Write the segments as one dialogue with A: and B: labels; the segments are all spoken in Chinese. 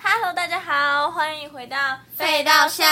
A: Hello，大家好，欢迎回到
B: 废到笑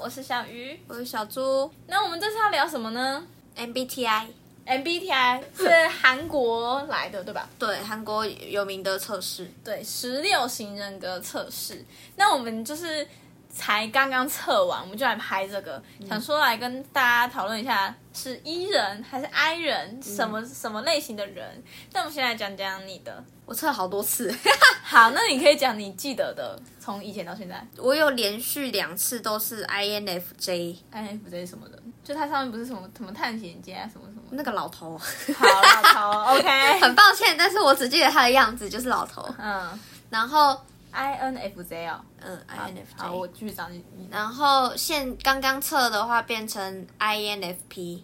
A: 我是小鱼。
B: 我是小猪
A: 那我们这次要聊什么呢
B: ，MBTI，
A: ？MBTI 是韩国来的，对吧？
B: 对，韩国有名的测试，
A: 对，十六型人格测试。那我们就是才刚刚测完，我们就来拍这个，想说来跟大家讨论一下，是 E 人还是 I 人，什么什么类型的人？那我们先来讲讲你的。
B: 我测了好多次，
A: 好，那你可以讲你记得的，从以前到现在。
B: 我有连续两次都是 INFJ，
A: INFJ 哎什么的，就它上面不是什么什么探险家什么什么的。
B: 那个老头，
A: 好老头，OK。
B: 很抱歉，但是我只记得他的样子就是老 头，
A: 嗯
B: 然后
A: ，INFJ 哦。
B: 嗯
A: 好，我
B: INFJ，
A: 继续找你。你
B: 然后现刚刚测的话变成 INFP，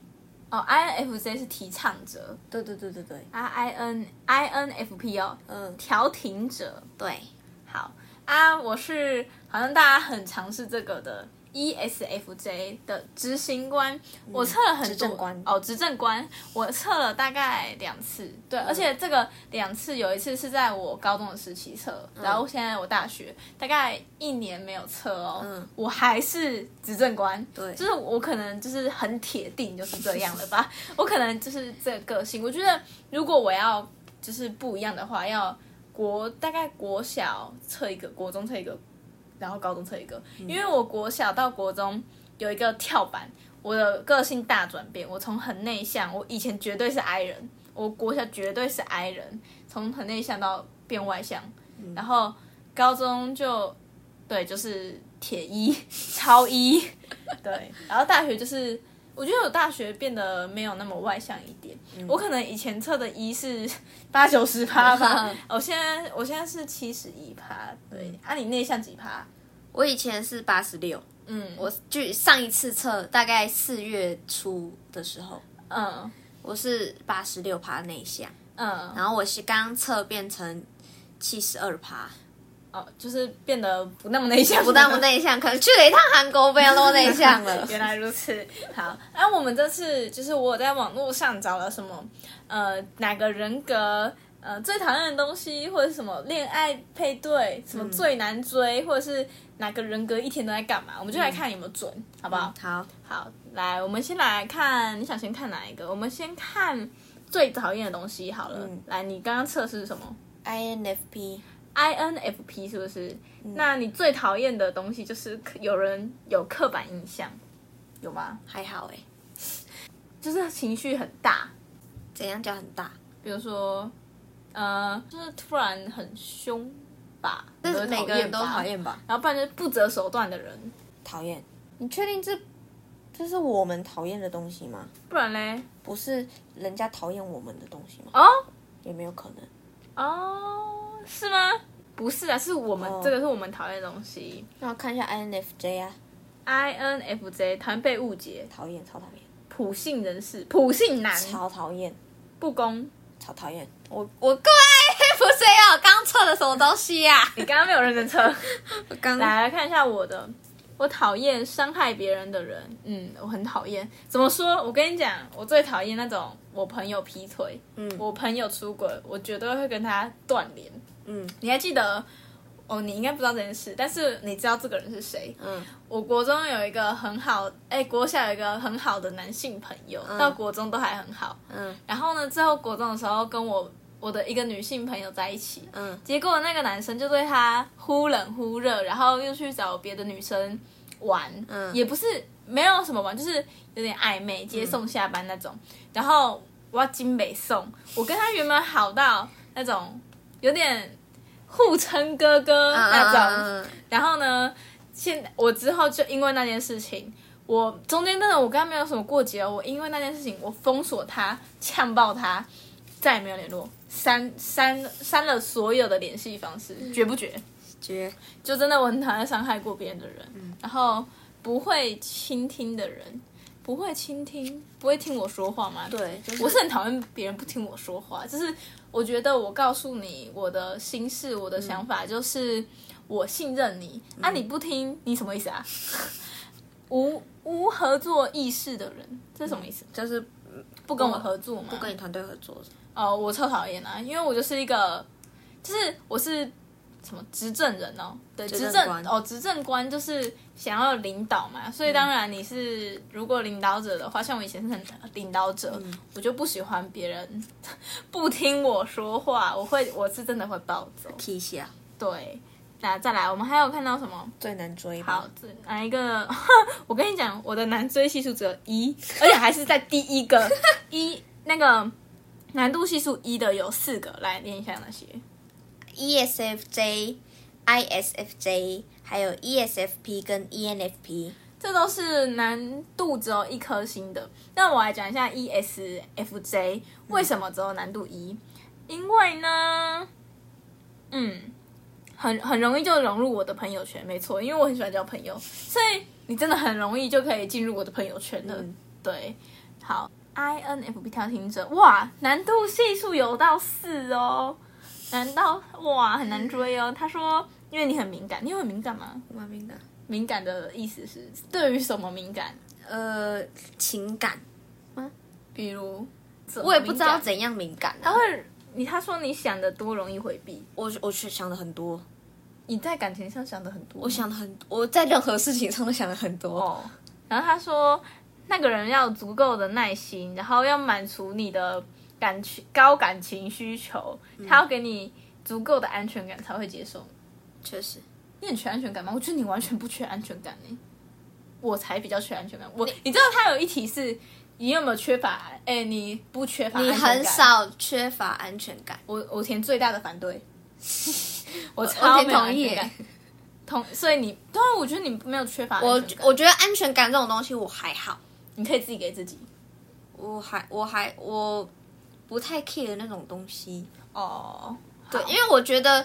A: 哦，INFJ 是提倡者，
B: 对对对对对，
A: 啊，I N I N F P 哦，
B: 嗯，
A: 调停者。
B: 对，
A: 好啊，我是好像大家很尝试这个的 E S F J 的执行官，我测了很多
B: 嗯执政官
A: 哦，执政官，我测了大概两次，对，
B: 嗯
A: 而且这个两次有一次是在我高中的时期测，
B: 嗯
A: 然后现在我大学大概一年没有测哦，
B: 嗯
A: 我还是执政官，
B: 对
A: 就是我可能就是很铁定就是这样了吧， 我可能就是这个个性，我觉得如果我要就是不一样的话，要国大概国小测一个，国中测一个，然后高中测一个，因为我国小到国中有一个跳板，我的个性大转变，我从很内向，我以前绝对是 I 人，我国小绝对是 I 人，从很内向到变外向，然后高中就对就是铁一 超一，对，然后大学就是。我觉得我大学变得没有那么外向一点，我可能以前测的一是八九十趴吧，我现在我现在是七十一趴，对，啊你内向几趴？
B: 我以前是八十六，
A: 嗯，
B: 我距上一次测大概四月初的时候，
A: 嗯
B: 我是八十六趴内向。
A: 嗯，
B: 然后我是刚测变成七十二趴，
A: 哦，就是变得不那么内向，
B: 不但不内向，可能去了一趟韩国，被落内向 了。
A: 原来如此，好，那、我们这次就是我在网络上找了什么，呃，哪个人格，呃，最讨厌的东西，或者是什么恋爱配对，什么最难追，或者是哪个人格一天都在干嘛，我们就来看有没有准，好不好？
B: 嗯好，
A: 好，来，我们先来看，你想先看哪一个？我们先看最讨厌的东西好了。
B: 嗯
A: 来，你刚刚测试是什么
B: INFP，
A: ？INFP 是不是？
B: 嗯
A: 那你最讨厌的东西就是刻有人有刻板印象，有吗？
B: 还好哎、
A: 就是情绪很大，
B: 怎样叫很大？
A: 比如说，呃，就是突然很凶吧，
B: 但是
A: 很讨
B: 每
A: 厌
B: 个人都
A: 吧
B: 讨，厌吧？
A: 然后不然就是不择手段的人，
B: 讨厌。你确定这这是我们讨厌的东西吗？
A: 不然嘞，
B: 不是人家讨厌我们的东西吗？
A: 哦
B: 有没有可能？
A: 哦，是吗？不是啊，是我们、
B: 哦
A: 这个是我们讨厌的东西。
B: 那我看一下 INFJ 啊，
A: INFJ 讨厌被误解，
B: 讨厌，超讨厌，
A: 普信人士，普信男，
B: 超讨厌，
A: 不公。
B: 超讨厌。我我 个 INFJ 啊，我刚测的什么东西呀、啊？
A: 你刚刚没有认真测。
B: 我刚
A: 来来看一下我的，我讨厌伤害别人的人，嗯，我很讨厌。怎么说？我跟你讲，我最讨厌那种我朋友劈腿，
B: 嗯
A: 我朋友出轨，我绝对会跟他断联。
B: 嗯
A: 你还记得？哦，你应该不知道这件事，但是你知道这个人是谁？
B: 嗯
A: 我国中有一个很好，哎、国小有一个很好的男性朋友，到国中都还很好。
B: 嗯
A: 然后呢，最后国中的时候跟我我的一个女性朋友在一起，
B: 嗯，
A: 结果那个男生就对她忽冷忽热，然后又去找别的女生玩，
B: 嗯
A: 也不是没有什么玩，就是有点暧昧，接送下班那种。然后我要金北送，我跟他原本好到那种有点互称哥哥那种，
B: 嗯嗯嗯嗯
A: 然后呢，现我之后就因为那件事情，我中间真的我跟他没有什么过节哦，我因为那件事情我封锁他，呛爆他，再也没有联络，删删删了所有的联系方式，绝不绝？
B: 绝
A: 就真的我很讨厌伤害过别人的人，
B: 嗯
A: 然后不会倾听的人。不会倾听，不会听我说话吗？
B: 对就是
A: 我是很讨厌别人不听我说话。就是我觉得我告诉你我的心事，我的想
B: 嗯
A: 法，就是我信任你、啊，你不听，你什么意思啊？ 无无合作意识的人，这是什么意思？
B: 嗯就是
A: 不跟我合作吗？不
B: 跟你团队合作，
A: 哦哦，我超讨厌啊，因为我就是一个，就是我是什么执政人哦，对，
B: 执
A: 执
B: 政
A: 政
B: 官嗯
A: 哦，执政官就是想要领导嘛，所以当然你是、如果领导者的话，像我以前是很领导者，
B: 嗯
A: 我就不喜欢别人 不听我说话，我会我是真的会暴走。
B: 踢一下，
A: 对，那再来，我们还有看到什么？
B: 最难追吧
A: 好，这哪一个？ 我跟你讲，我的难追系数只有一，而且还是在第一个 一那个难度系数一的有四个，来念一下哪些？
B: ，E ，ESFJ、ISFJ，还有 E ESFP 跟 E ENFP。
A: 这都是难度只有一颗星的。那我来讲一下 E ESFJ 为什么只有难度一、因为呢，嗯，很很容易就融入我的朋友圈，没错，因为我很喜欢交朋友，所以你真的很容易就可以进入我的朋友圈了。
B: 嗯
A: 对，好，INFP 跳听者，哇，难度系数有到四哦，难道哇很难追哦？他说，因为你很敏感，你有很敏感吗？
B: 我蛮敏感。
A: 敏感的意思是对于什么敏感？
B: 呃，情感，
A: 比如，
B: 我也不知道，怎样敏感、啊。
A: 他会你他说你想的多容易回避，
B: 我我去想了很多，
A: 你在感情上想的很多，
B: 我想了很，我在任何事情上都想了很多。
A: 哦。然后他说那个人要有足够的耐心，然后要满足你的感情高感情需求，他要给你足够的安全感才会接受。
B: 确实，
A: 你很缺安全感吗？我觉得你完全不缺安全感呢、欸我才比较缺安全感。我你知道他有一题是。你有没有缺乏？哎、你不缺乏安
B: 你
A: 全感？
B: 很少缺乏安全感。
A: 我我填最大的反 对，我
B: 我
A: 超
B: 填
A: 没有
B: 同意
A: 安全感 同，所以你对啊，我觉得你没有缺乏
B: 我
A: 安全感，
B: 我觉得安全感这种东西我还好，
A: 你可以自己给自己。
B: 我还我还我不太 care 那种东西。
A: 哦，
B: 对
A: 好，
B: 因为我觉得，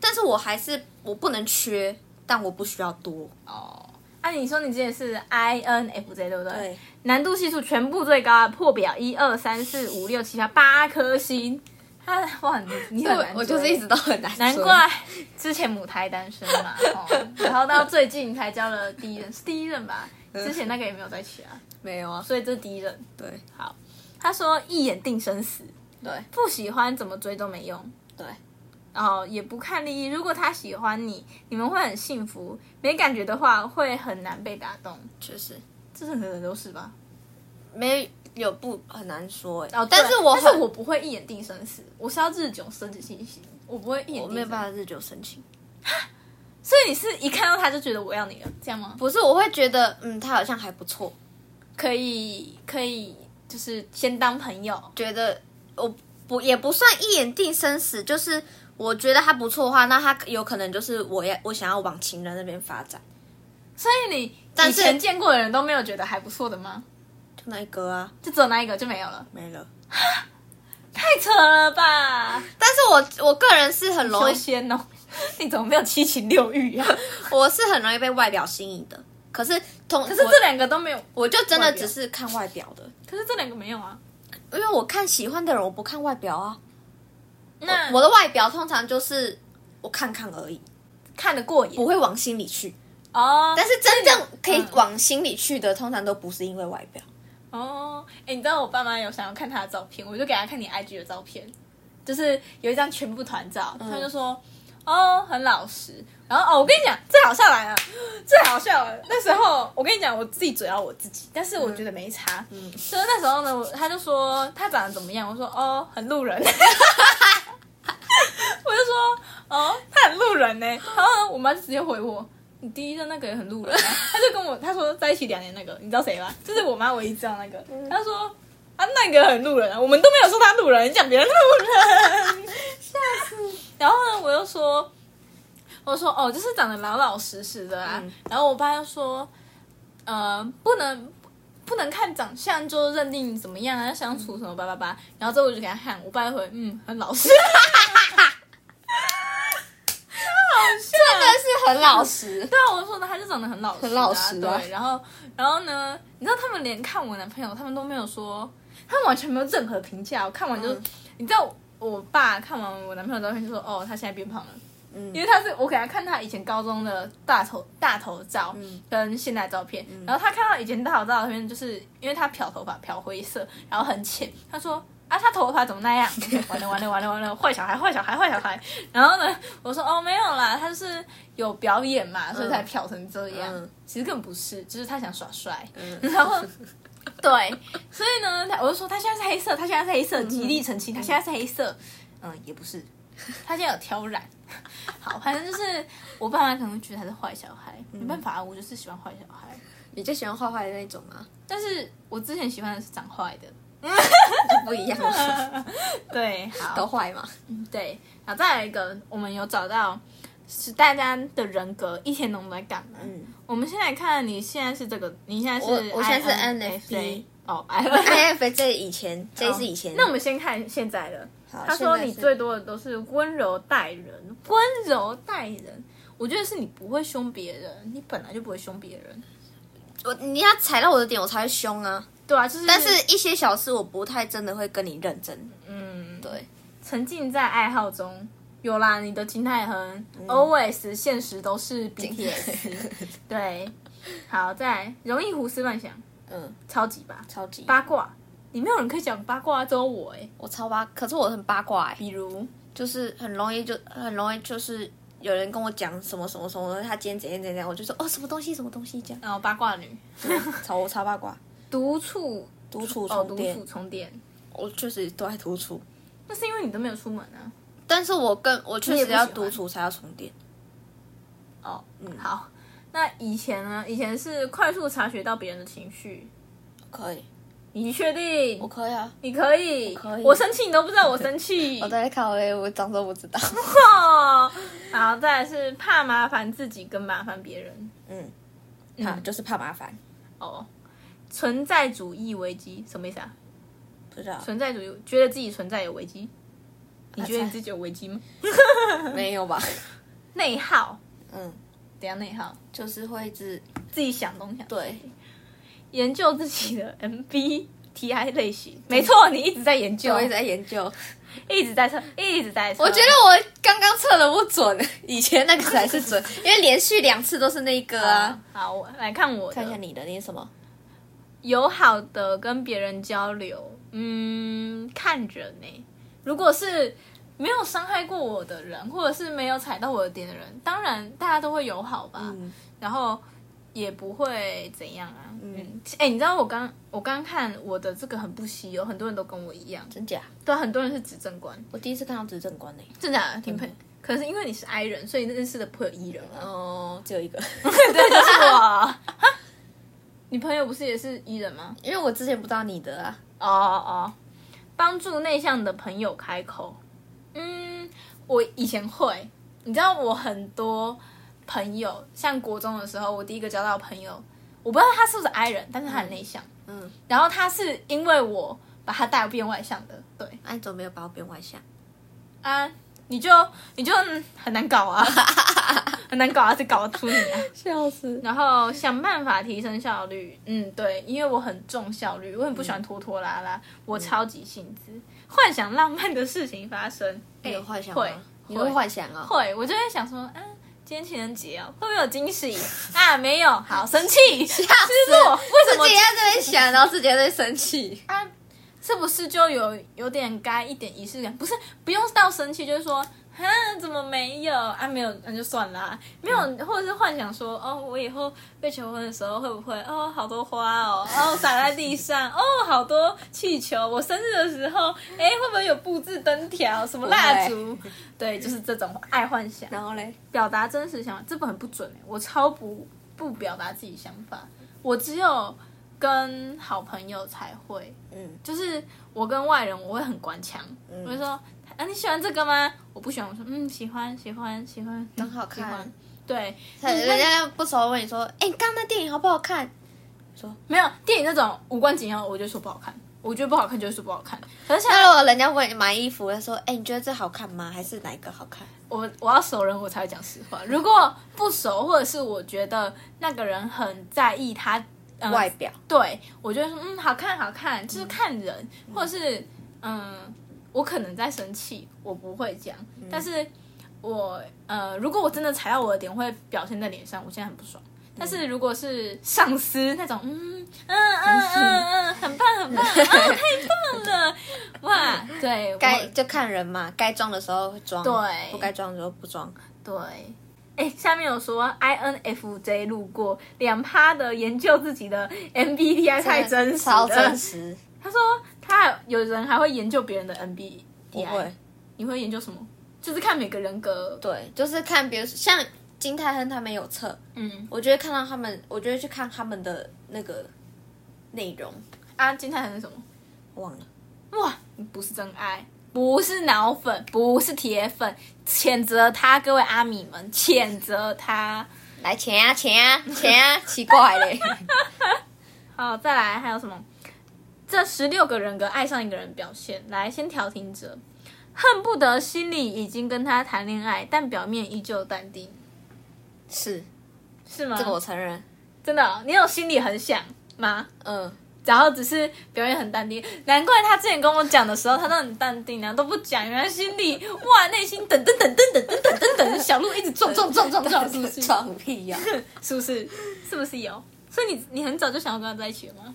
B: 但是我还是我不能缺，但我不需要多。
A: 哦，啊，你说你之前是 INFJ 对不对？
B: 对，
A: 难度系数全部最高啊，破表一二三四五六七八八颗星。他哇，你你很难
B: 我就是一直都很难。
A: 难怪，之前母胎单身嘛，哦、然后到最近才交了第一任，是第一任 吧？之前那个也没有在一起啊，
B: 没有啊。
A: 所以这是第一任。
B: 对
A: 好，他说一眼定生死，
B: 对
A: 不喜欢怎么追都没用，
B: 对，
A: 然后也不看利益。如果他喜欢你，你们会很幸福；没感觉的话，会很难被打动。
B: 确实
A: 这是很多人都是吧？
B: 没有不很难说哎、
A: 哦，
B: 但是
A: 对
B: 我
A: 但是
B: 很
A: 我不会一眼定生死，我是要日久生情型，我不会一眼
B: 我
A: 定
B: 没有
A: 生
B: 办
A: 死。
B: 法日久生情。
A: 所以你是一看到他就觉得我要你了，这样吗？
B: 不是，我会觉得嗯，他好像还不错，
A: 可以，可以，就是先当朋友。
B: 觉得我不也不算一眼定生死，就是我觉得他不错的话，那他有可能就是我要我想要往情人那边发展，
A: 所以你
B: 但
A: 以
B: 是
A: 前见过的人都没有觉得还不错的吗？
B: 就那一个啊，
A: 就只有那一个就没有了，
B: 没了。
A: 太扯了 吧！
B: 但是我我个人是很容
A: 修
B: 易
A: 仙哦， 你怎么没有七情六欲啊 呀、
B: 我是很容易被外表吸引的，可是同
A: 可是
B: 我
A: 这两个都没有，
B: 我就真
A: 外
B: 的
A: 表
B: 只是看外表的，
A: 可是这两个没有啊。
B: 因为我看喜欢的人，我不看外表啊。
A: 那
B: 我的外表通常就是我看看而已，
A: 看得过
B: 不
A: 眼
B: 会往心里去。
A: 哦，
B: 但是真正可以
A: 嗯
B: 往心里去的，通常都不是因为外表。
A: 哦，哎、你知道我爸妈有想要看他的照片，我就给他看你 IG 的照片，就是有一张全部团照，他就说。哦，很老实。然后哦，我跟你讲，最好笑来了，最好笑了。那时候我跟你讲，我自己嘴要我自己，但是我觉得没差。嗯，就是那时候呢，我他就说他长得怎么样，我说哦，很路人。 我就说哦，他很路人呢。然后呢，我妈就直接回我，你第一任那个也很路人、啊。 他就跟我他说在一起两年那个，你知道谁吗？就是我妈唯一知道那个。他说啊，那个很路人啊，我们都没有说他路人，你讲别人路人，吓死！ 然后呢，我又说，我说哦，就是长得老老实实的啊。
B: 嗯
A: 然后我爸又说，呃，不能不能看长相就认定怎么样啊，相处什么叭叭叭。然后之后我就给他看，我爸就回嗯，很老实，
B: 真的是很老实，
A: 对啊，我就说他就长得很老实、啊，
B: 很老实啊
A: 对，然后，然后呢，你知道他们连看我男朋友，他们都没有说，他们完全没有任何评价。我看完就，
B: 嗯
A: 你知道我爸看完我男朋友的照片就说，哦，他现在变胖了。
B: 嗯
A: 因为他是我给他看他以前高中的大头大头照跟现在照片，然后他看到以前大头照的照片，就是因为他漂头发漂灰色，然后很浅，他说啊啊，他头发怎么那样？完了完了完了完了，坏小孩坏小孩坏小孩。然后呢，我说哦没有啦，他就是有表演嘛，所以才漂成这样。
B: 嗯
A: 其实根本不是，就是他想耍帅。然 后对，所以呢，他我就说他现在是黑色，他现在是黑色，极力澄清，他现在是黑色。嗯，也不是，他现在有挑染。好，反正就是我爸妈可能会觉得他是坏小孩，没办法啊，我就是喜欢坏小孩。
B: 你就喜欢坏坏的那种吗？
A: 但是我之前喜欢的是长坏的。
B: 就不一 样了，
A: 对，好，
B: 都坏 嘛。
A: 对，然后再来一个，我们有找到是大家的人格一天能在干嘛？
B: 嗯
A: 我们先来看你现在是这个，你现在是
B: 我我现在是
A: INFJ
B: NFP
A: 哦，I
B: I F 哎这以前，这是以前。啊
A: 那我们先看现在的，他说
B: 现在
A: 你
B: 是
A: 最多的都是温柔待人，温柔待人。我觉得是你不会凶别人，你本来就不会凶别人。
B: 我你要踩到我的点，我才会凶啊。
A: 对啊，就是
B: 但是一些小事，我不太真的会跟你认 真。
A: 嗯，
B: 对，
A: 沉浸在爱好中。有啦，你的金泰亨、always 现实都是 BTS，对， 好，再来容易胡思乱想，
B: 嗯，
A: 超级吧，
B: 超级
A: 八卦，你没有人可以讲八卦，只有我哎、
B: 我超八，可是我很八卦哎、
A: 比如，
B: 就是很容易就很容易就是有人跟我讲什么什么什么，他今天怎样怎样怎样，我就说哦什么东西什么东西这样，
A: 然后八卦女，
B: 超我超八卦，
A: 独处，
B: 独处
A: 哦，
B: 充
A: 独
B: 电，
A: 处充电，
B: 我确实都在独处，
A: 那是因为你都没有出门啊。
B: 但是我跟我确
A: 你也
B: 实
A: 不喜
B: 要
A: 欢
B: 独处才要充电，
A: 哦，嗯，好，那以前呢？以前是快速察觉到别人的情绪，
B: 可以，
A: 你确定？
B: 我可以啊，
A: 你可以，
B: 可以
A: 我生气你都不知道我生 气，
B: 我在看我的，我装作不 知道，
A: 哦，然后再来是怕麻烦自己跟麻烦别人
B: 嗯，怕就是怕麻烦，
A: 哦，存在主义危机什么意思啊？
B: 不知道
A: 存在主义觉得自己存在有危机，你觉得
B: 才
A: 你自己有危机
B: 啊
A: 吗？
B: 没有吧，
A: 内耗，
B: 嗯，
A: 怎样内耗？
B: 就是会一直
A: 自己想东想，
B: 对，
A: 研究自己的 MBTI 类型，没错，你一直在研究
B: 我，一直在研究，
A: 一直在测，一直在测。
B: 我觉得我刚刚测的不准， 以前那个才是 准，因为连续两次都是那个啊。
A: 好好，我来看我的
B: 看一下你的，你是什么？
A: 友好的跟别人交流，嗯，看人呢、如果是没有伤害过我的人，或者是没有踩到我的点的人，当然大家都会友好吧，
B: 嗯
A: 然后也不会怎样啊。嗯，
B: 嗯
A: 哎、你知道我刚我刚看我的这个很不稀有，很多人都跟我一样，
B: 真假？
A: 对，很多人是执政官，
B: 我第一次看到执政官呢、
A: 真的、啊、挺配。可是因为你是 I 人，所以认识的朋友 E 人啊，
B: 嗯哦， 只有一个，
A: 对，就是我。 哈你朋友不是也是 E 人吗？
B: 因为我之前不知道你的啊。
A: 哦哦，帮助内向的朋友开口。嗯，我以前会，你知道我很多朋友，像国中的时候，我第一个交到的朋友，我不知道他是不是 I 人，但是他很内向。
B: 嗯，
A: 然后他是因为我把他带变外向的，对
B: 啊那、你怎么没有把我变外向？
A: 啊，你就你就嗯很难搞 啊，很难搞啊，谁搞得出你啊？
B: 笑死！
A: 然后想办法提升效率。嗯，对，因为我很重效率，我很不喜欢
B: 嗯
A: 拖拖拉拉，我超级性子，幻想浪漫的事情发生。
B: 你有
A: 哎
B: 幻想吗？
A: 会，
B: 你会幻想啊、
A: 会，我就会想说，啊，今天情人节哦，会不会有惊喜啊？没有，好生 气，失落，为什么
B: 自己在那边想，然后自己在那边生气。
A: 啊？是不是就有有点该一点仪式感？不是，不用到生气，就是说。啊，怎么没有啊？没有，那就算啦。没有，
B: 嗯
A: 或者是幻想说，哦，我以后被求婚的时候会不会，哦，好多花哦，哦，洒在地上，哦，好多气球。我生日的时候，哎，会不会有布置灯条，什么蜡烛？对，就是这种爱幻想。
B: 然后嘞，
A: 表达真实想法，这本很不准哎、我超不不表达自己想法，我只有跟好朋友才会，
B: 嗯，
A: 就是我跟外人我会很官腔，我会说啊你喜欢这个吗？我不喜欢，我说嗯喜欢喜欢喜欢，很
B: 好看
A: 对，
B: 呃 人家不熟问你说，哎、你刚刚那电影好不好看？
A: 没有电影那种无关紧要，我就说不好看，我觉得不好看就会说不好看。可是现
B: 那如
A: 在
B: 果人家问你买衣服，他说，哎、你觉得这好看吗？还是哪一个好看？
A: 我我要熟人我才会讲实话，如果不熟或者是我觉得那个人很在意他、呃、
B: 外表。
A: 对，我觉得说嗯好看好看，就是看人，或者是嗯，我可能在生气，我不会讲，
B: 嗯
A: 但是我呃，如果我真的踩到我的点，我会表现在脸上，我现在很不爽。
B: 嗯
A: 但是如果是上司那种，嗯嗯嗯嗯嗯，很棒很 棒，啊太棒了，哇，对，我
B: 该就看人嘛，该装的时候会装，
A: 对
B: 不该装的时候不装。
A: 对。哎，下面有说 INFJ 路过两趴的研究自己的 MBTI 太真实
B: 超
A: 了，
B: 真实，
A: 他说他还有人还会研究别人的 MBTI，
B: 不会。
A: 你会研究什么？就是看每个人格，
B: 对，就是看，比如说像金泰亨他们有测，
A: 嗯
B: 我就会看到他们，我就会去看他们的那个内容，
A: 啊，金泰还是什么？
B: 忘了。
A: 哇，你不是真爱，不是脑粉，不是铁粉，谴责他，各位阿米们，谴责他。
B: 来钱呀、钱呀、钱呀、奇怪嘞，
A: 好，再来还有什么？这十六个人格爱上一个人表现，来先调停者，恨不得心里已经跟他谈恋爱，但表面依旧淡定，
B: 是
A: 是吗？
B: 这个我承认，
A: 真的哦、你有心里很想吗？
B: 嗯，
A: 然后只是表演很淡定，难怪他之前跟我讲的时候，他都很淡定啊，都不讲，原来心里哇，内心等等等等等等等等等，小鹿一直撞撞撞撞撞，是不是？
B: 装屁呀、
A: 是不是？是不是有？所以你你很早就想要跟他在一起了吗？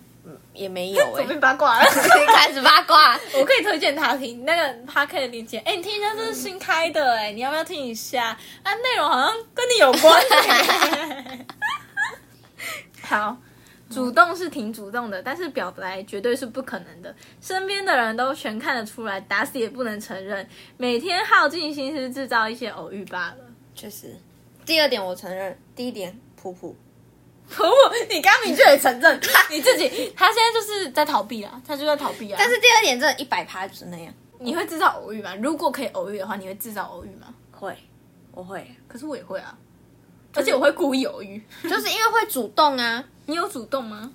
B: 也没有
A: 我
B: 哎、
A: 被八卦了，
B: 开始八卦，
A: 我可以推荐他听那个 p a r k 的链接，哎、你听一下，这是新开的哎、你要不要听一下？啊，内容好像跟你有关、 欸。好，主动是挺主动的，但是表白绝对是不可能的。身边的人都全看得出来，打死也不能承认。每天耗尽心思制造一些偶遇罢了。
B: 确实。第二点我承认，第一点普普，
A: 可我，你刚明确也承认 你自己，他现在就是在逃避啊，他就在逃避啊。
B: 但是第二点真的一百趴就是那样，
A: 你会制造偶遇吗？如果可以偶遇的话，你会制造偶遇吗？
B: 会，我会，
A: 可是我也会啊，而且我会故意犹豫。
B: 就是因为会主动啊，
A: 你有主动吗？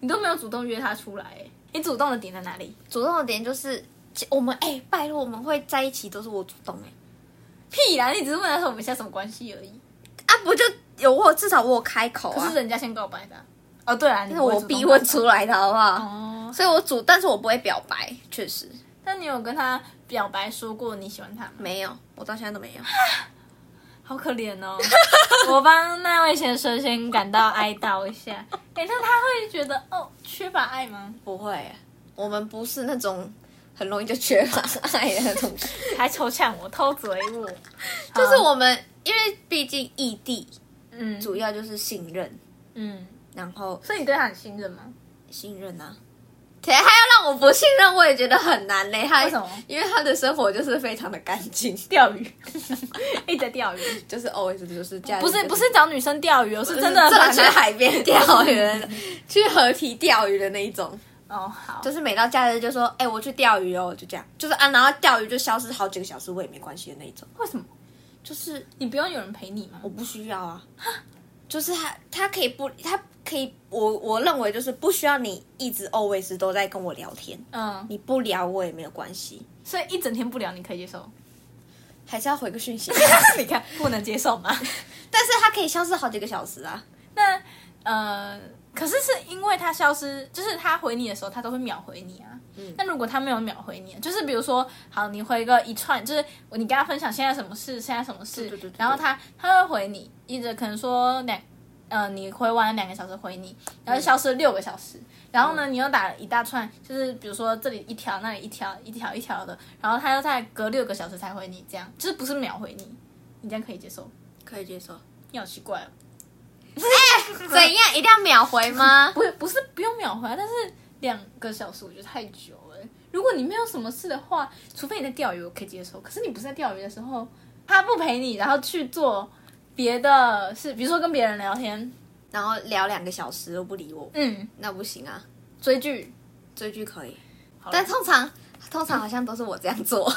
A: 你都没有主动约他出来、欸，你主动的点在哪里？
B: 主动的点就是其我们哎、拜托我们会在一起都是我主动哎、
A: 屁啦！你只是问他说我们现在什么关系而已，
B: 啊不就有我至少我有开口
A: 可
B: 啊
A: 是，人家先告白的啊、哦，对啊，你
B: 但是
A: 不会
B: 我
A: 主动
B: 逼
A: 告白
B: 问出来的好不好？
A: 哦。
B: 所以我主，但是我不会表白，确实
A: 但你有跟他表白说过你喜欢他吗？
B: 没有，我到现在都没有。
A: 好可怜哦！ 我帮那位先生先感到哀悼一 下。哎、那他会觉得哦，缺乏爱吗？
B: 不会，我们不是那种很容易就缺乏爱的那种，
A: 还抽呛我，偷嘴我，就
B: 就是我们因为毕竟异地，
A: 嗯
B: 主要就是信任，
A: 嗯，
B: 然后
A: 所以你对他很信任吗？
B: 信任啊。他要让我不信任，我也觉得很难嘞。他
A: 为什么？
B: 因为他的生活就是非常的干净，
A: 钓鱼， 一直在钓鱼，
B: 就是 always 就是假日
A: 不是
B: 就
A: 不是找女生钓鱼哦，是真的
B: 真
A: 把
B: 的去 海边钓鱼的，去河堤钓鱼的那一种。
A: 哦，好，
B: 就是每到假日就说，哎、我去钓鱼哦，就这样，就是啊，然后钓鱼就消失好几个小时，我也没关系的那一种。
A: 为什么
B: 就是
A: 你不用有人陪你吗
B: 我？不需要啊， 就是他他可以不，他可以，我我认为就是不需要你一直 always 都在跟我聊天，
A: 嗯，
B: 你不聊我也没有关系，
A: 所以一整天不聊你可以接受？
B: 还是要回个讯 息。
A: 你看不能接受吗？
B: 但是他可以消失好几个小时啊，
A: 那呃，可是是因为他消失，就是他回你的时候，他都会秒回你啊。
B: 嗯
A: 那如果他没有秒回你，就是比如说，好，你回个一串，就是你跟他分享现在什么事，现在什么事，
B: 对对对对
A: 然后他他会回你，一直可能说两。呃，你回完两个小时回你，然后消失六个小时，然后呢，
B: 嗯
A: 你又打了一大串，就是比如说这里一条，那里一条，一条一条的，然后他又再隔六个小时才回你，这样就是不是秒回你，你这样可以接受？
B: 可以接 受。
A: 你好奇怪哦。
B: 怎样？一定要秒回 吗？
A: 不是不是不用秒回啊来，但是两个小时我觉得太久了。欸如果你没有什么事的话，除非你在钓鱼，我可以接受。可是你不是在钓鱼的时候，他不陪你，然后去做别的事，比如说跟别人聊天，
B: 然后聊两个小时都不理我，
A: 嗯，
B: 那不行啊，
A: 追剧。
B: 追剧可以，
A: 好了
B: 但通常通常好像都是我这样做。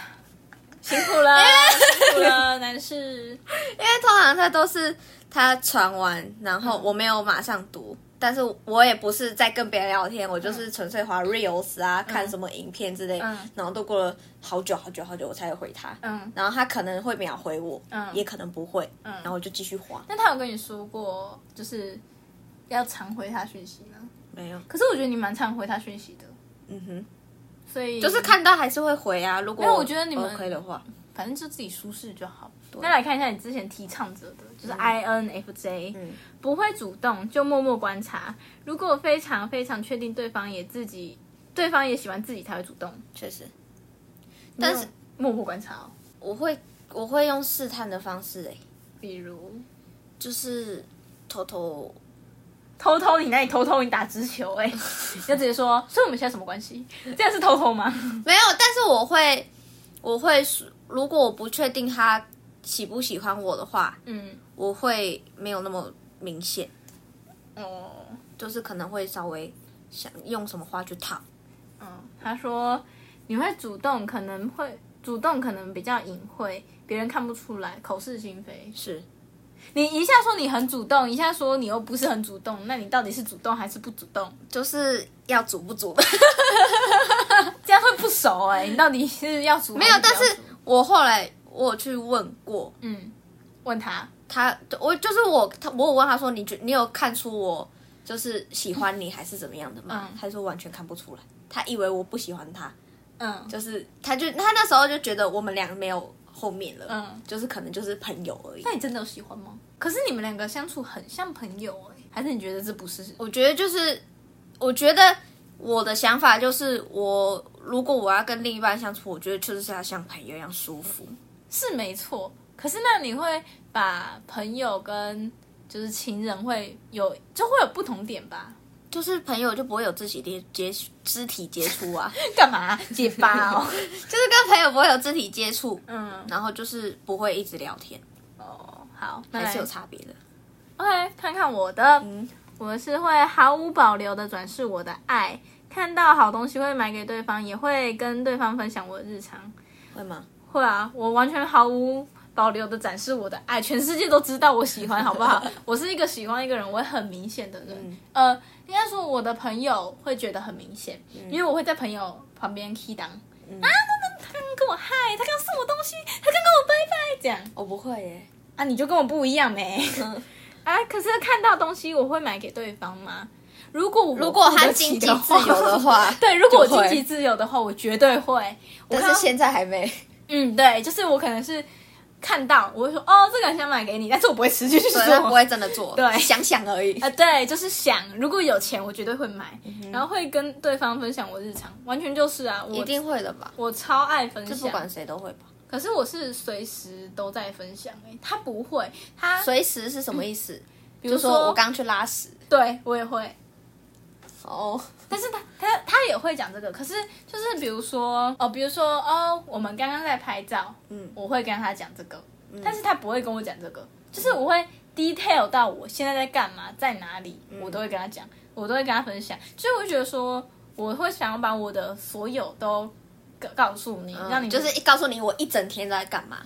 A: 辛苦了，辛苦了，男士。
B: 因为通常他都是他传完，然后我没有马上读，但是我也不是在跟别人聊天，我就是纯粹滑 reels 啊，看什么影片之类，
A: 嗯
B: 然后都过了好久好久好久，我才会回他。
A: 嗯
B: 然后他可能会秒回我，
A: 嗯
B: 也可能不会，
A: 嗯
B: 然后我就继续滑。
A: 那他有跟你说过，就是要常回他讯息吗？
B: 没有，
A: 可是我觉得你蛮常回他讯息的，
B: 嗯哼，
A: 所以
B: 就是看到还是会回啊。如果
A: 没有我觉得你们
B: OK 的话，
A: 反正就自己舒适就好。那来看一下你之前提倡者的，就是 INFJ，、
B: 嗯
A: 不会主动，就默默观察。如果非常非常确定对方也自己，对方也喜欢自己，才会主动。
B: 确实。但是
A: 默默观察、哦，
B: 我会我会用试探的方式、欸，
A: 比如
B: 就是偷偷
A: 偷偷你那里偷偷你打直球、 哎，你就直接说，所以我们现在什么关系？这样是偷偷吗？
B: 没有，但是我会我会如果我不确定他喜不喜欢我的话，
A: 嗯，
B: 我会没有那么明显，
A: 哦，
B: 就是可能会稍微想用什么话去套。
A: 嗯，他说你会主动，可能会主动，可能比较隐晦，别人看不出来，口是心非。
B: 是，
A: 你一下说你很主动，一下说你又不是很主动，那你到底是主动还是不主动？
B: 就是要组不组？
A: 这样会不熟哎、你到底是要主没
B: 没有，但是我后来我有去问过
A: 嗯，问他，
B: 他，我就是我，他我有问他说，你觉你有看出我就是喜欢你还是怎么样的吗？
A: 嗯
B: 他说完全看不出来，他以为我不喜欢他，
A: 嗯，
B: 就是他就他那时候就觉得我们俩没有后面了，
A: 嗯
B: 就是可能就是朋友而已
A: 那。你真的有喜欢吗？可是你们两个相处很像朋友哎、还是你觉得这不是？
B: 我觉得就是，我觉得我的想法就是我。如果我要跟另一半相处，我觉得就是要像朋友一样舒服。
A: 是没错，可是那你会把朋友跟就是情人会有就会有不同点吧？
B: 就是朋友就不会有肢体接接肢体接触啊，
A: 干嘛结巴 哦？
B: 就是跟朋友不会有肢体接触，
A: 嗯，
B: 然后就是不会一直聊天，
A: 哦，好，那
B: 还
A: 来
B: 是有差别的。
A: OK，看看我的，我是会毫无保留的转示我的爱，看到好东西会买给对方，也会跟对方分享我的日常。
B: 会吗？
A: 会啊，我完全毫无保留的展示我的爱，全世界都知道我喜欢，好不 好？我是一个喜欢一个人，我会很明显的人。
B: 嗯
A: 呃，应该说我的朋友会觉得很明显，
B: 嗯
A: 因为我会在朋友旁边 key 档、啊，那那他刚刚跟我嗨，他刚送我东西，他刚跟我拜拜，这样。
B: 我不会耶。
A: 啊，你就跟我不一样没？
B: 嗯
A: 啊，可是看到东西我会买给对方吗？如果我
B: 如果他
A: 付得起
B: 经济
A: 的
B: 自
A: 话
B: 由的，话，
A: 对，如果我
B: 就会
A: 经济自由的话，我绝对会。我
B: 但
A: 看
B: 是
A: 到
B: 现在还没。
A: 嗯，对，就是我可能是看到我会说哦，这个很想买给你，但是我不会持续去做
B: 对，，他不会真的做，
A: 啊对
B: 想想而已。
A: 啊，对，就是想，如果有钱，我绝对会买，
B: 嗯
A: 然后会跟对方分享我日常，完全就是啊，我
B: 一定会的吧？
A: 我超爱分
B: 这不
A: 享，
B: 管谁都会吧？
A: 可是我是随时都在分享、欸，他不会，他
B: 随时是什么意思？比
A: 如
B: 如说
A: 说
B: 我刚去拉屎，
A: 对我也会，
B: 哦，
A: 但是他他他也会讲这个，可是就是比如说哦，比如说哦，我们刚刚在拍照，嗯，我会跟他讲这个，
B: 嗯
A: 但是他不会跟我讲这个，就是我会 detail 到我现在在干嘛，在哪里，
B: 嗯
A: 我都会跟他讲，我都会跟他分享，所以我会觉得说，我会想要把我的所有都告告诉你，让你
B: 嗯就是一告诉你我一整天都在干嘛。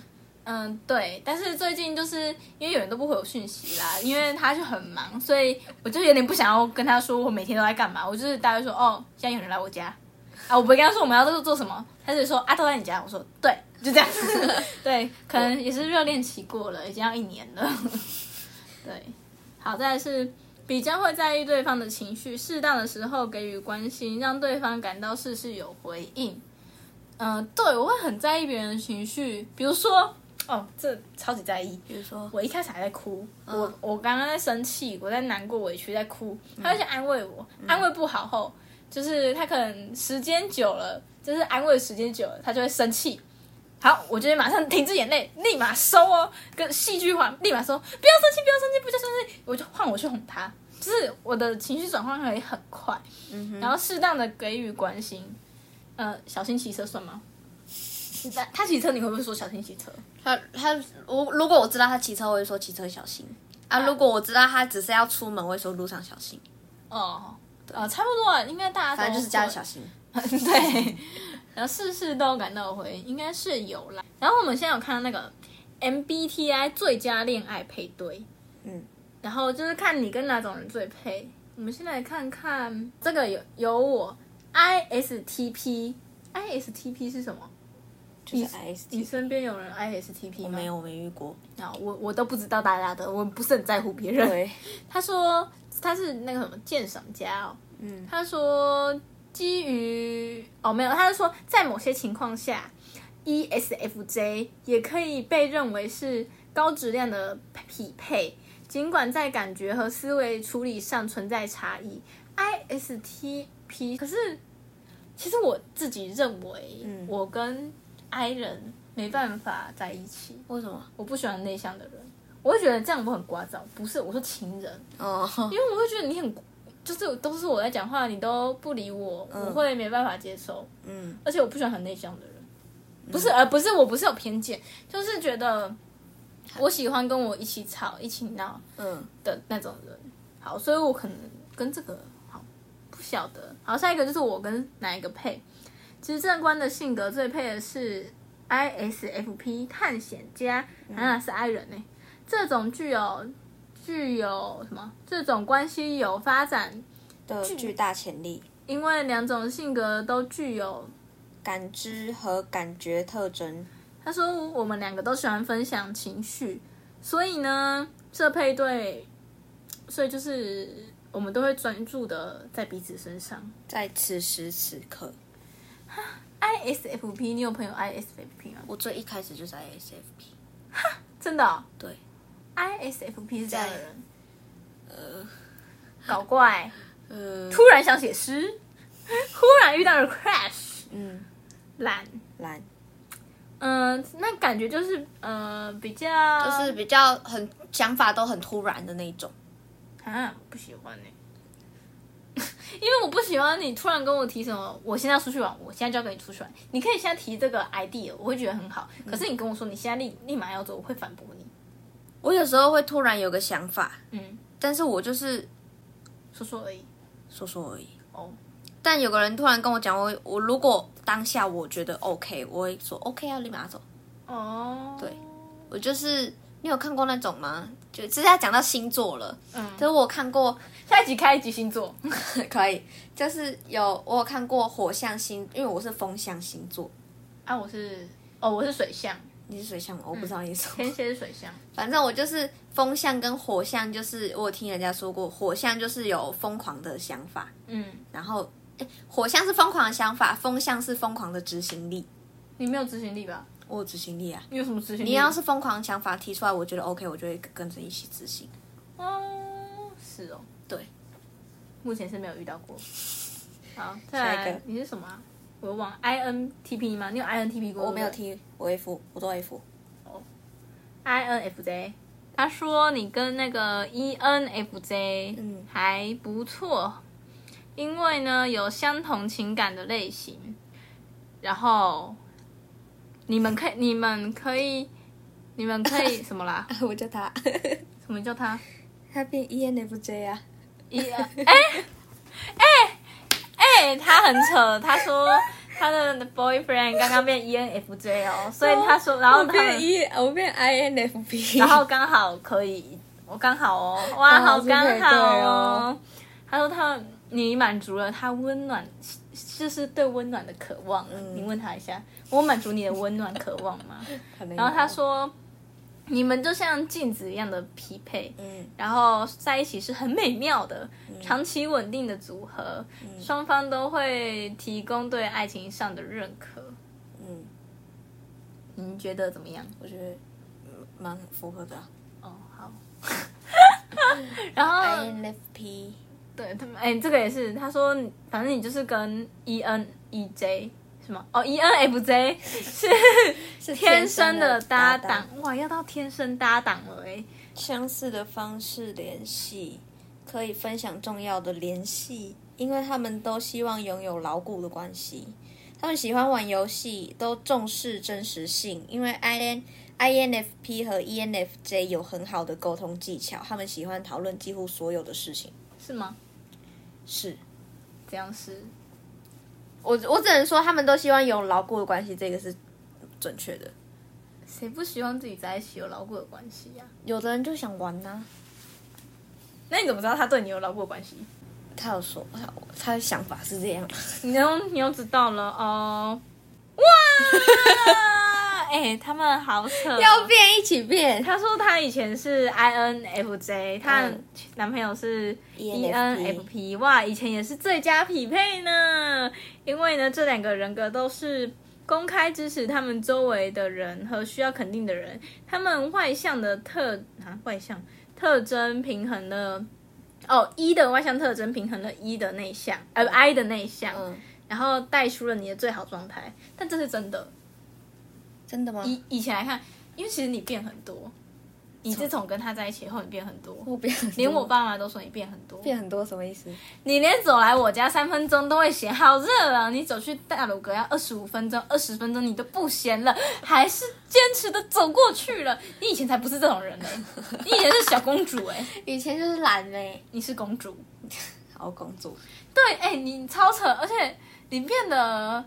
A: 嗯，对，但是最近就是因为有人都不回我讯息啦，因为他就很忙，所以我就有点不想要跟他说我每天都在干嘛。我就是大概说，哦，现在有人来我家啊，我不会跟他说我们要做做什么，他就说啊都在你家，我说对，就这样。 对，可能也是热恋期过了，已经要一年了。 对，好在是比较会在意对方的情绪，适当的时候给予关心，让对方感到事事有回应。嗯、对我会很在意别人的情绪，比如说，哦，这超级在意。
B: 比如说，
A: 我一开始还在哭，我我刚刚在生气，我在难过、委屈，在哭，他就想安慰我，安慰不好后，就是他可能时间久了，就是安慰时间久了，他就会生气。好，我就会马上停止眼泪，立马收哦，跟戏剧化，立马收，不要生气，不要生气，不要生气，我就换我去哄他，就是我的情绪转换可以很快，然后适当的给予关心，呃，小心骑车算吗？ 他他骑车你会不会说小心骑车？
B: 他他我如果我知道他骑车，我会说骑车小心啊。如果我知道他只是要出门，我会说路上小心。
A: 哦，呃，差不多了，应该大家
B: 反
A: 都
B: 正就是加
A: 会
B: 小心。
A: 对，然后事事都感到有回应，应该是有啦。然后我们现在有看到那个 MBTI 最佳恋爱配对，
B: 嗯，
A: 然后就是看你跟哪种人最配。我们先来看看这个有有我 ISTP，ISTP 是什么？
B: 就是
A: 你
B: IST，
A: 身边有人 ISTP 吗？
B: 没有，我没遇过。
A: 啊，我我都不知道大家的，我不是很在乎别人。
B: 对，
A: 他说他是那个什么鉴赏家哦，嗯，他说基于哦没有，他是说在某些情况下 ESFJ 也可以被认为是高质量的匹配，尽管在感觉和思维处理上存在差异。ISTP 可是，其实我自己认为，我跟 I 人没办法在一起，
B: 为什么？
A: 我不喜欢内向的人，我会觉得这样我很聒噪。不是，我说情人，
B: 哦，
A: 因为我会觉得你很，就是都是我在讲话，你都不理我，我会没办法接受。
B: 嗯
A: 而且我不喜欢很内向的人，不是，呃，不是，我不是有偏见，就是觉得我喜欢跟我一起吵、一起闹
B: 嗯，
A: 的那种人。好，所以我可能跟这个好不晓得。好，下一个就是我跟哪一个配？执政官的性格最配的是 ISFP 探险家，啊是 I 人呢、这种具有具有什么？这种关系有发展，
B: 的巨大潜力。
A: 因为两种性格都具有
B: 感知和感觉特征，
A: 他说我们两个都喜欢分享情绪，所以呢，这配对，所以就是我们都会专注的在彼此身上。
B: 在此时此刻，
A: ISFP，你有朋友 ISFP 吗？
B: 我最一开始就是 ISFP，
A: 真的哦、
B: 对，
A: ISFP 是这样的
B: 在
A: 人，
B: 呃
A: 搞怪，
B: 呃，
A: 突然想写诗，忽然遇到了 crash，
B: 嗯，
A: 懒，
B: 蓝
A: 嗯、那感觉就是呃比较
B: 就是比较很想法都很突然的那一种，
A: 啊，不喜欢呢、 因为我不喜欢你突然跟我提什么，我现在要出去玩，我现在就要跟你出去玩。你可以现在提这个 idea，我会觉得很好。可是你跟我说你现在立立马要走，我会反驳你。
B: 我有时候会突然有个想法，
A: 嗯，
B: 但是我就是
A: 说说而已。
B: 说说而已。
A: 哦，
B: 但有个人突然跟我讲，我我如果当下我觉得 OK，我会说 OK 啊，立马走。
A: 哦，对，
B: 我就是你有看过那种吗？就这是要讲到星座了，
A: 嗯，
B: 就是我看过
A: 下一集开一集星座。
B: 可以，就是有我有看过火象星，因为我是风象星座，
A: 啊，我是哦，我是水象，
B: 你是水象吗？我不知道你是什么。
A: 天蝎是水象。
B: 嗯 反正我就是风象跟火象，就是我有听人家说过，火象就是有疯狂的想法，
A: 嗯，
B: 然后诶火象是疯狂的想法，风象是疯狂的执行力。
A: 你没有执行力吧？
B: 我有执行力啊！
A: 你有什么执行力？
B: 你要是疯狂的想法提出来，我觉得 OK，我就会跟着一起执行。
A: 哦，是哦，
B: 对，
A: 目前是没有遇到过。好，再
B: 下一个
A: 来，你是什么啊、我忘 INTP 吗？你有 INTP 过？
B: 我没有。听，我 F，我都 F。
A: INFJ，他说你跟那个 E ENFJ
B: 嗯
A: 还不错，因为呢有相同情感的类型，然后你们可以，你们可以，你们可以什么啦？
B: 我叫他，
A: 什么叫他？
B: 他变 ENFJ 啊。
A: 一哎哎哎，他很扯，他说他的 boyfriend 刚刚变 ENFJ 哦，所以他说，然后
B: 我
A: 他
B: 变
A: 们，
B: E，我变 INFP。
A: 然 后刚好可以，我刚好哦，哇，
B: 刚好
A: 好
B: 是配
A: 刚
B: 对
A: 好
B: 哦
A: 哦。他说他你满足了他温暖，就是对温暖的渴望。
B: 嗯
A: 你问他一下，我满足你的温暖渴望 吗？然后他，说，你们就像镜子一样的匹配，
B: 嗯
A: 然后在一起是很美妙的、长期稳定的组合，双方都会提供对爱情上的认可。
B: 嗯，
A: 您觉得怎么样？
B: 我觉得嗯蛮符合的啊。
A: 哦， 好。然后
B: INFP，
A: 对他们，哎，这个也是，他说，反正你就是跟 E N E J 什么哦，E N F J 是
B: 是
A: 天生的搭
B: 档
A: 档，，哇，要到天生搭档了哎。
B: 相似的方式联系，可以分享重要的联系，因为他们都希望拥有牢固的关系。他们喜欢玩游戏，都重视真实性，因为 IN。INFP 和 E ENFJ 有很好的沟通技巧，他们喜欢讨论几乎所有的事情。
A: 是吗？
B: 是，
A: 这样是
B: 我我只能说，他们都希望有牢固的关系，这个是准确的。
A: 谁不希望自己在一起有牢固的关系呀、
B: 有的人就想玩呐、
A: 那你怎么知道他对你有牢固的关系？
B: 他有说他他的想法是这样，
A: 你又你又知道了哦，哇！哎、他们好扯。
B: 要变一起变。
A: 他说他以前是 INFJ，她
B: 嗯
A: 男朋友是
B: E
A: E
B: ENFP
A: ENFP，哇，以前也是最佳匹配呢。因为呢，这两个人格都是公开支持他们周围的人和需要肯定的人，他们外向的特啊外向特征平衡了哦一的外向特征平衡了一的内向，呃 I 的内向，
B: 嗯，
A: 然后带出了你的最好状态，但这是真的。
B: 真的吗？
A: 以以前来看，因为其实你变很多，你自从跟他在一起后，你变很多，
B: 我变很多
A: 连我爸妈都说你变很多。
B: 变很多什么意思？
A: 你连走来我家三分钟都会嫌好热了，你走去大鲁阁要二十五分钟、二十分钟你都不嫌了，还是坚持的走过去了。你以前才不是这种人呢，你以前是小公主哎、
B: 以前就是懒呗，
A: 你是公主。
B: 好公主，
A: 对，哎、你超扯，而且你变得，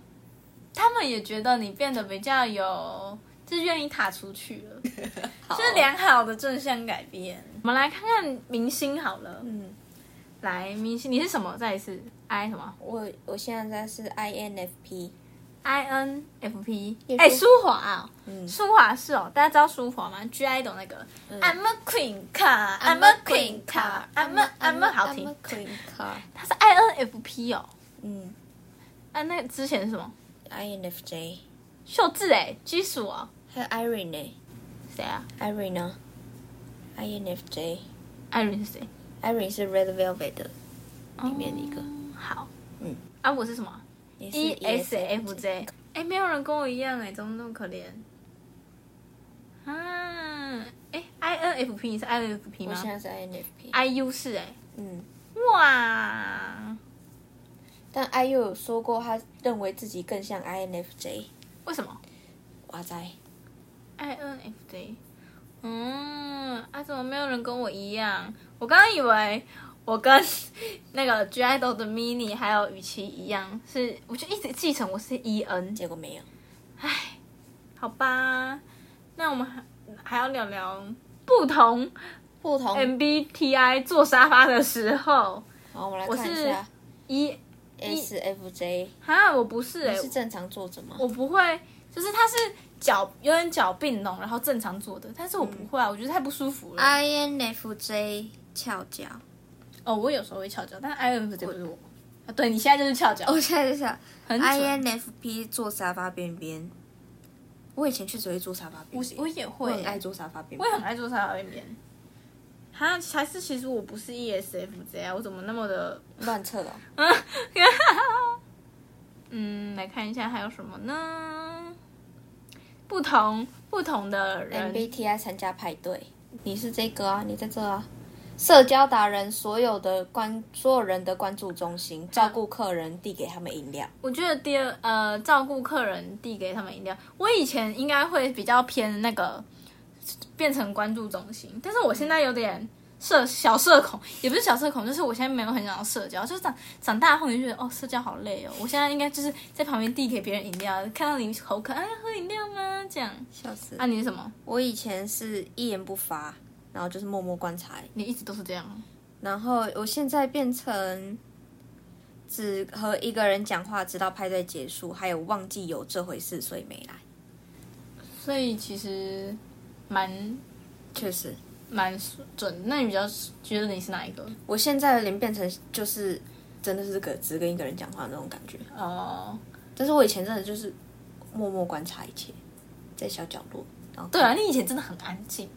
A: 他们也觉得你变得比较有，就是愿意踏出去 了。
B: 好
A: 是良好的正向改变。我们来看看明星好了，
B: 嗯，
A: 来明星，你是什么？再一次，I 什么
B: 我我现在是 INFP，
A: ？I N F P？
B: 也是
A: 哎，舒华、哦，
B: 嗯
A: 舒华是哦，大家知道舒华吗？G I 懂那个、I'm a Queen Car，I'm 嗯 a Queen Car，I'm a I'm a 好听
B: I'm a，Queen Car，
A: 他是 I N F P 哦。
B: 嗯
A: 啊，那之前是什么？
B: ，INFJ，
A: 秀智哎，基础哦，
B: 还有 Irene 呢
A: 谁啊
B: ，Irene 呢，INFJ。
A: ？Irene 是谁？
B: Irene 是 Red Velvet 的里面的一个，
A: 好，
B: 嗯，
A: 啊，我哦是什么
B: 也是
A: ？E S F
B: ESFJ
A: J。哎，没有人跟我一样哎，怎么那么可怜？啊，哎，I N F P 你是 I N F P
B: 我
A: 吗
B: 现在是 INFP，
A: ？I U 是哎，
B: 嗯，
A: 哇，
B: 但 IU 有说过他认为自己更像 INFJ，
A: 为什么
B: 哇塞，
A: I N F J？嗯，啊，怎么没有人跟我一样？我刚刚以为。我跟 那个 G I d o 的 mini 还有雨琦一样，是我就一直继承我是 E N，
B: 结果没有，
A: 唉，好吧，那我们还还要聊聊不同
B: 不
A: 哦
B: 同。
A: MBTI 坐沙发的时候。
B: 好，我 E 们来
A: 我
B: 看一
A: 是
B: 下
A: 一
B: SFJ，
A: 哈，我不是哎、
B: 是正常坐着吗？
A: 我不会，就是他是脚有点脚并拢，然后正常坐的，但是我不会啊，我觉得太不舒服了。
B: INFJ 翘脚，
A: 哦，我有时候会翘脚，但 INFJ 不是我。哦啊，对你现在就是翘脚，
B: 我现在就想
A: 很蠢。
B: INFP 坐沙发边边，我以前确实会坐沙发边
A: 我
B: 边，
A: 我也
B: 我
A: 会
B: 很
A: 欸，
B: 爱坐沙发边
A: 我也很
B: 边，
A: 爱坐沙发边边。哈，还是其实我不是 ESFJ 啊，我怎么那么的
B: 乱测的哦，
A: 嗯，来看一下还有什么呢？不同不同的人，
B: MBTI 参加派对，你是这个啊，你在这啊。社交达人，所有的关所有人的关注中心，照顾客人，递给他们饮料。
A: 我觉得第二呃，照顾客人递给他们饮料，我以前应该会比较偏那个变成关注中心，但是我现在有点社小社恐，也不是小社恐，就是我现在没有很想要社交，就是长长大后你就觉得哦，社交好累哦，我现在应该就是在旁边递给别人饮料，看到你口渴，哎，要喝饮料吗？这样
B: 笑死
A: 啊，！你是什么？
B: 我以前是一言不发，然后就是默默观察，
A: 你一直都是这样吗？
B: 然后我现在变成只和一个人讲话，直到派对结束，还有忘记有这回事，所以没来。
A: 所以其实蛮
B: 确实，
A: 蛮准。那你比较觉得你是哪一个？
B: 我现在有点变成就是真的是个只跟一个人讲话的那种感觉。
A: 哦，
B: 但是我以前真的就是默默观察一切，在小角落，然后
A: 对啊，你以前真的很安静。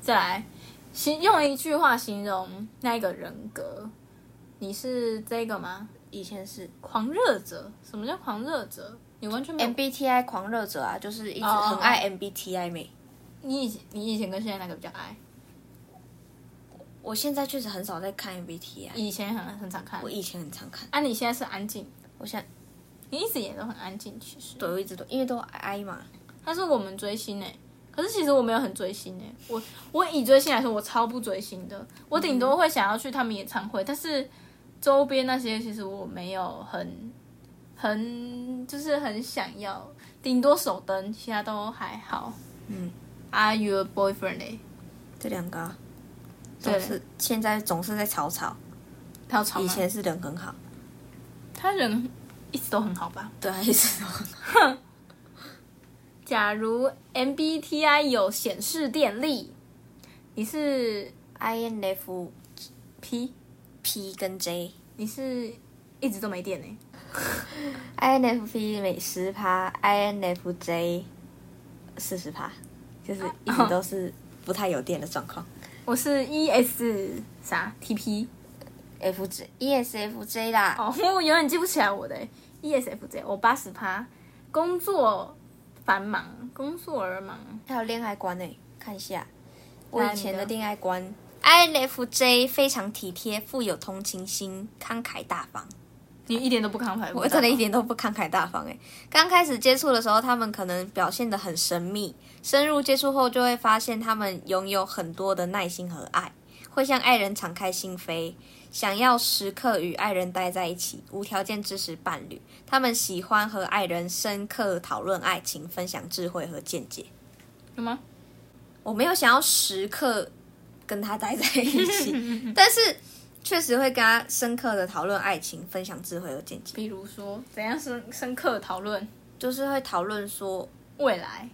A: 再来，形用一句话形容那一个人格，你是这个吗？
B: 以前是
A: 狂热者？什么叫狂热者？你完全没有。
B: MBTI 狂热者啊，就是一直
A: 哦哦哦
B: 很爱 MBTI 妹。
A: 你以前你以前跟现在那个比较爱？
B: 我现在确实很少在看 MBTI，
A: 以前很很常看
B: 我。以前很常看，
A: 啊，你现在是安静，
B: 我现在
A: 你一直也都很安静，其实。
B: 对我一直都因为都 I 嘛，
A: 但是我们追星哎、可是其实我没有很追星哎、我我以追星来说，我超不追星的，我顶多会想要去他们演唱会，但是周边那些其实我没有很很就是很想要，顶多手灯，其他都还好。
B: 嗯
A: ，Are you a boyfriend 欸嘞、
B: 这两个、啊、
A: 对
B: 总是现在总是在吵吵，
A: 他有吵
B: 以
A: 吗？
B: 前是人很好，
A: 他人一直都很好吧？
B: 对啊，一直都很好。
A: 假如 MBTI 有显示电力，你是
B: INFP
A: P，
B: 跟 J，
A: 你是一直都没电呢、欸
B: INFP 每十趴，INFJ 四十趴，就是一直都是不太有电的状况。
A: 我是 E S 啥 T P
B: FJ ESFJ 啦，
A: 哦，我永远记不起来我的 E S F J，我八十趴，工作繁忙，工作而忙，
B: 还有恋爱观呢、欸看一下我
A: 来
B: 以前
A: 你
B: 的
A: 的
B: 恋爱观。INFJ 非常体贴，富有同情心，慷慨大方。
A: 你一点都不慷慨，
B: 我真的一点都不慷慨大方哎、刚开始接触的时候，他们可能表现得很神秘，深入接触后就会发现他们拥有很多的耐心和爱，会向爱人敞开心扉，想要时刻与爱人待在一起，无条件支持伴侣。他们喜欢和爱人深刻讨论爱情，分享智慧和见解。
A: 有吗？
B: 我没有想要时刻跟他待在一起，但是确实会跟他深刻的讨论爱情，分享智慧和见解。
A: 比如说怎样深深刻讨论
B: 就是会讨论说，
A: 未来，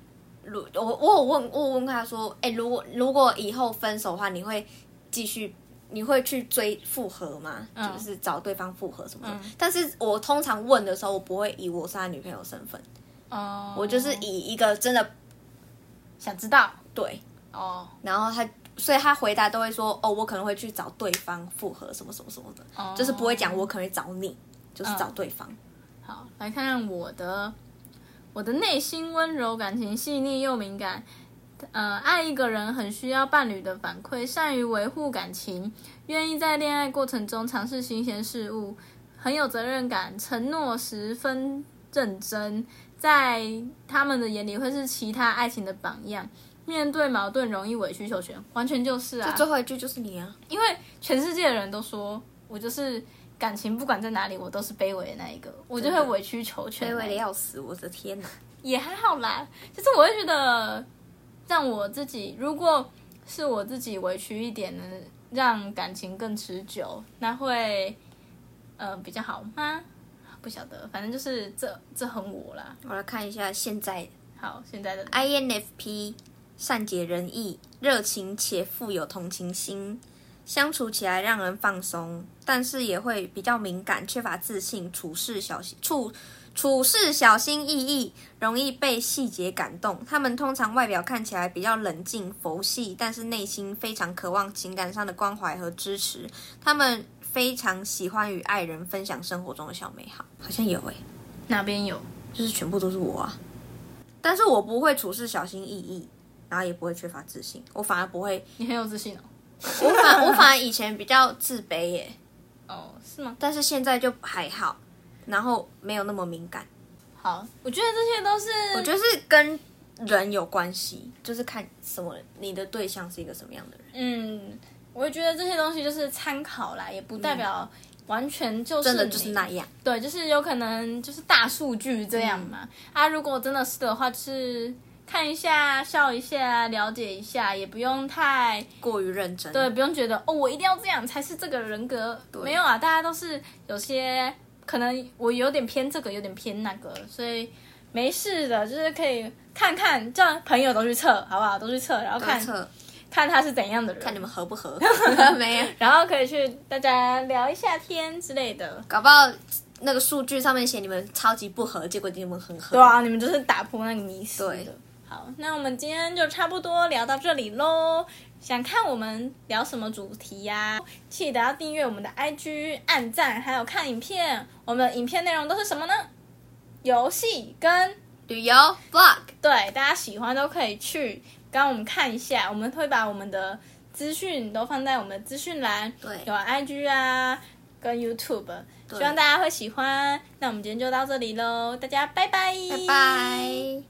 B: 如我我有问我有问他说，哎、如果如果以后分手的话，你会继续你会去追复合吗？
A: 嗯
B: 就是找对方复合什么的。
A: 嗯
B: 但是我通常问的时候，我不会以我是他女朋友身份，
A: 哦、
B: 我就是以一个真的
A: 想知道
B: 对，
A: 哦
B: 然后他。所以他回答都会说：“哦，我可能会去找对方复合，什么什么什么的
A: 哦
B: 就是不会讲我可能会找你，就是
A: 嗯
B: 找对方。
A: 好，来看看我的，我的内心温柔，感情细腻又敏感。呃，爱一个人很需要伴侣的反馈，善于维护感情，愿意在恋爱过程中尝试新鲜事物，很有责任感，承诺十分认真，在他们的眼里会是其他爱情的榜样。面对矛盾容易委曲求全，完全就是啊，
B: 最后一句就是你啊，
A: 因为全世界的人都说我就是感情，不管在哪里，我都是卑微的那一个，我就会委曲求全
B: 卑
A: 那一个。
B: 微的要死，我的天哪！
A: 也还好啦，就是我会觉得让我自己，如果是我自己委屈一点，能让感情更持久，那会呃比较好吗？不晓得，反正就是这这很我啦。
B: 我来看一下现在
A: 好，现在的
B: 哎 INFP 善解人意，热情且富有同情心，相处起来让人放松，但是也会比较敏感，缺乏自信，处事小心处处事小心翼翼，容易被细节感动。他们通常外表看起来比较冷静佛系，但是内心非常渴望情感上的关怀和支持。他们非常喜欢与爱人分享生活中的小美好，好像有诶、
A: 哪边有？
B: 就是全部都是我啊。但是我不会处事小心翼翼，然后也不会缺乏自信，我反而不会，
A: 你很有自信哦。
B: 我反我反而以前比较自卑耶，
A: 哦，是吗？
B: 但是现在就还好，然后没有那么敏感，
A: 好，我觉得这些都是
B: 我觉得是跟人有关系，就是看什么人你的对象是一个什么样的人，
A: 嗯，我也觉得这些东西就是参考啦，也不代表完全就是
B: 嗯真的就是
A: 你
B: 那样。
A: 对，就是有可能就是大数据这样
B: 嗯
A: 嘛。啊，如果真的是的话，就是看一下、笑一下、了解一下，也不用太
B: 过于认真，
A: 对，不用觉得哦，我一定要这样才是这个人格。没有啊，大家都是有些可能我有点偏这个，有点偏那个，所以没事的，就是可以看看，叫朋友都去测，好不好？都去测，然后看
B: 测
A: 看他是怎样的人，
B: 看你们合不 合，没有，
A: 然后可以去大家聊一下天之类的。
B: 搞不好那个数据上面写你们超级不合，结果你们很合，
A: 对啊，你们就是打破那个迷思
B: 对
A: 的。好，那我们今天就差不多聊到这里喽。想看我们聊什么主题呀、记得要订阅我们的 IG、按赞，还有看影片。我们的影片内容都是什么呢？游戏跟
B: 旅游 vlog。
A: 对，大家喜欢都可以去刚我们看一下，我们会把我们的资讯都放在我们的资讯栏，
B: 对
A: 有 IG 啊，跟 YouTube，希望大家会喜欢。那我们今天就到这里喽，大家拜拜，
B: 拜拜。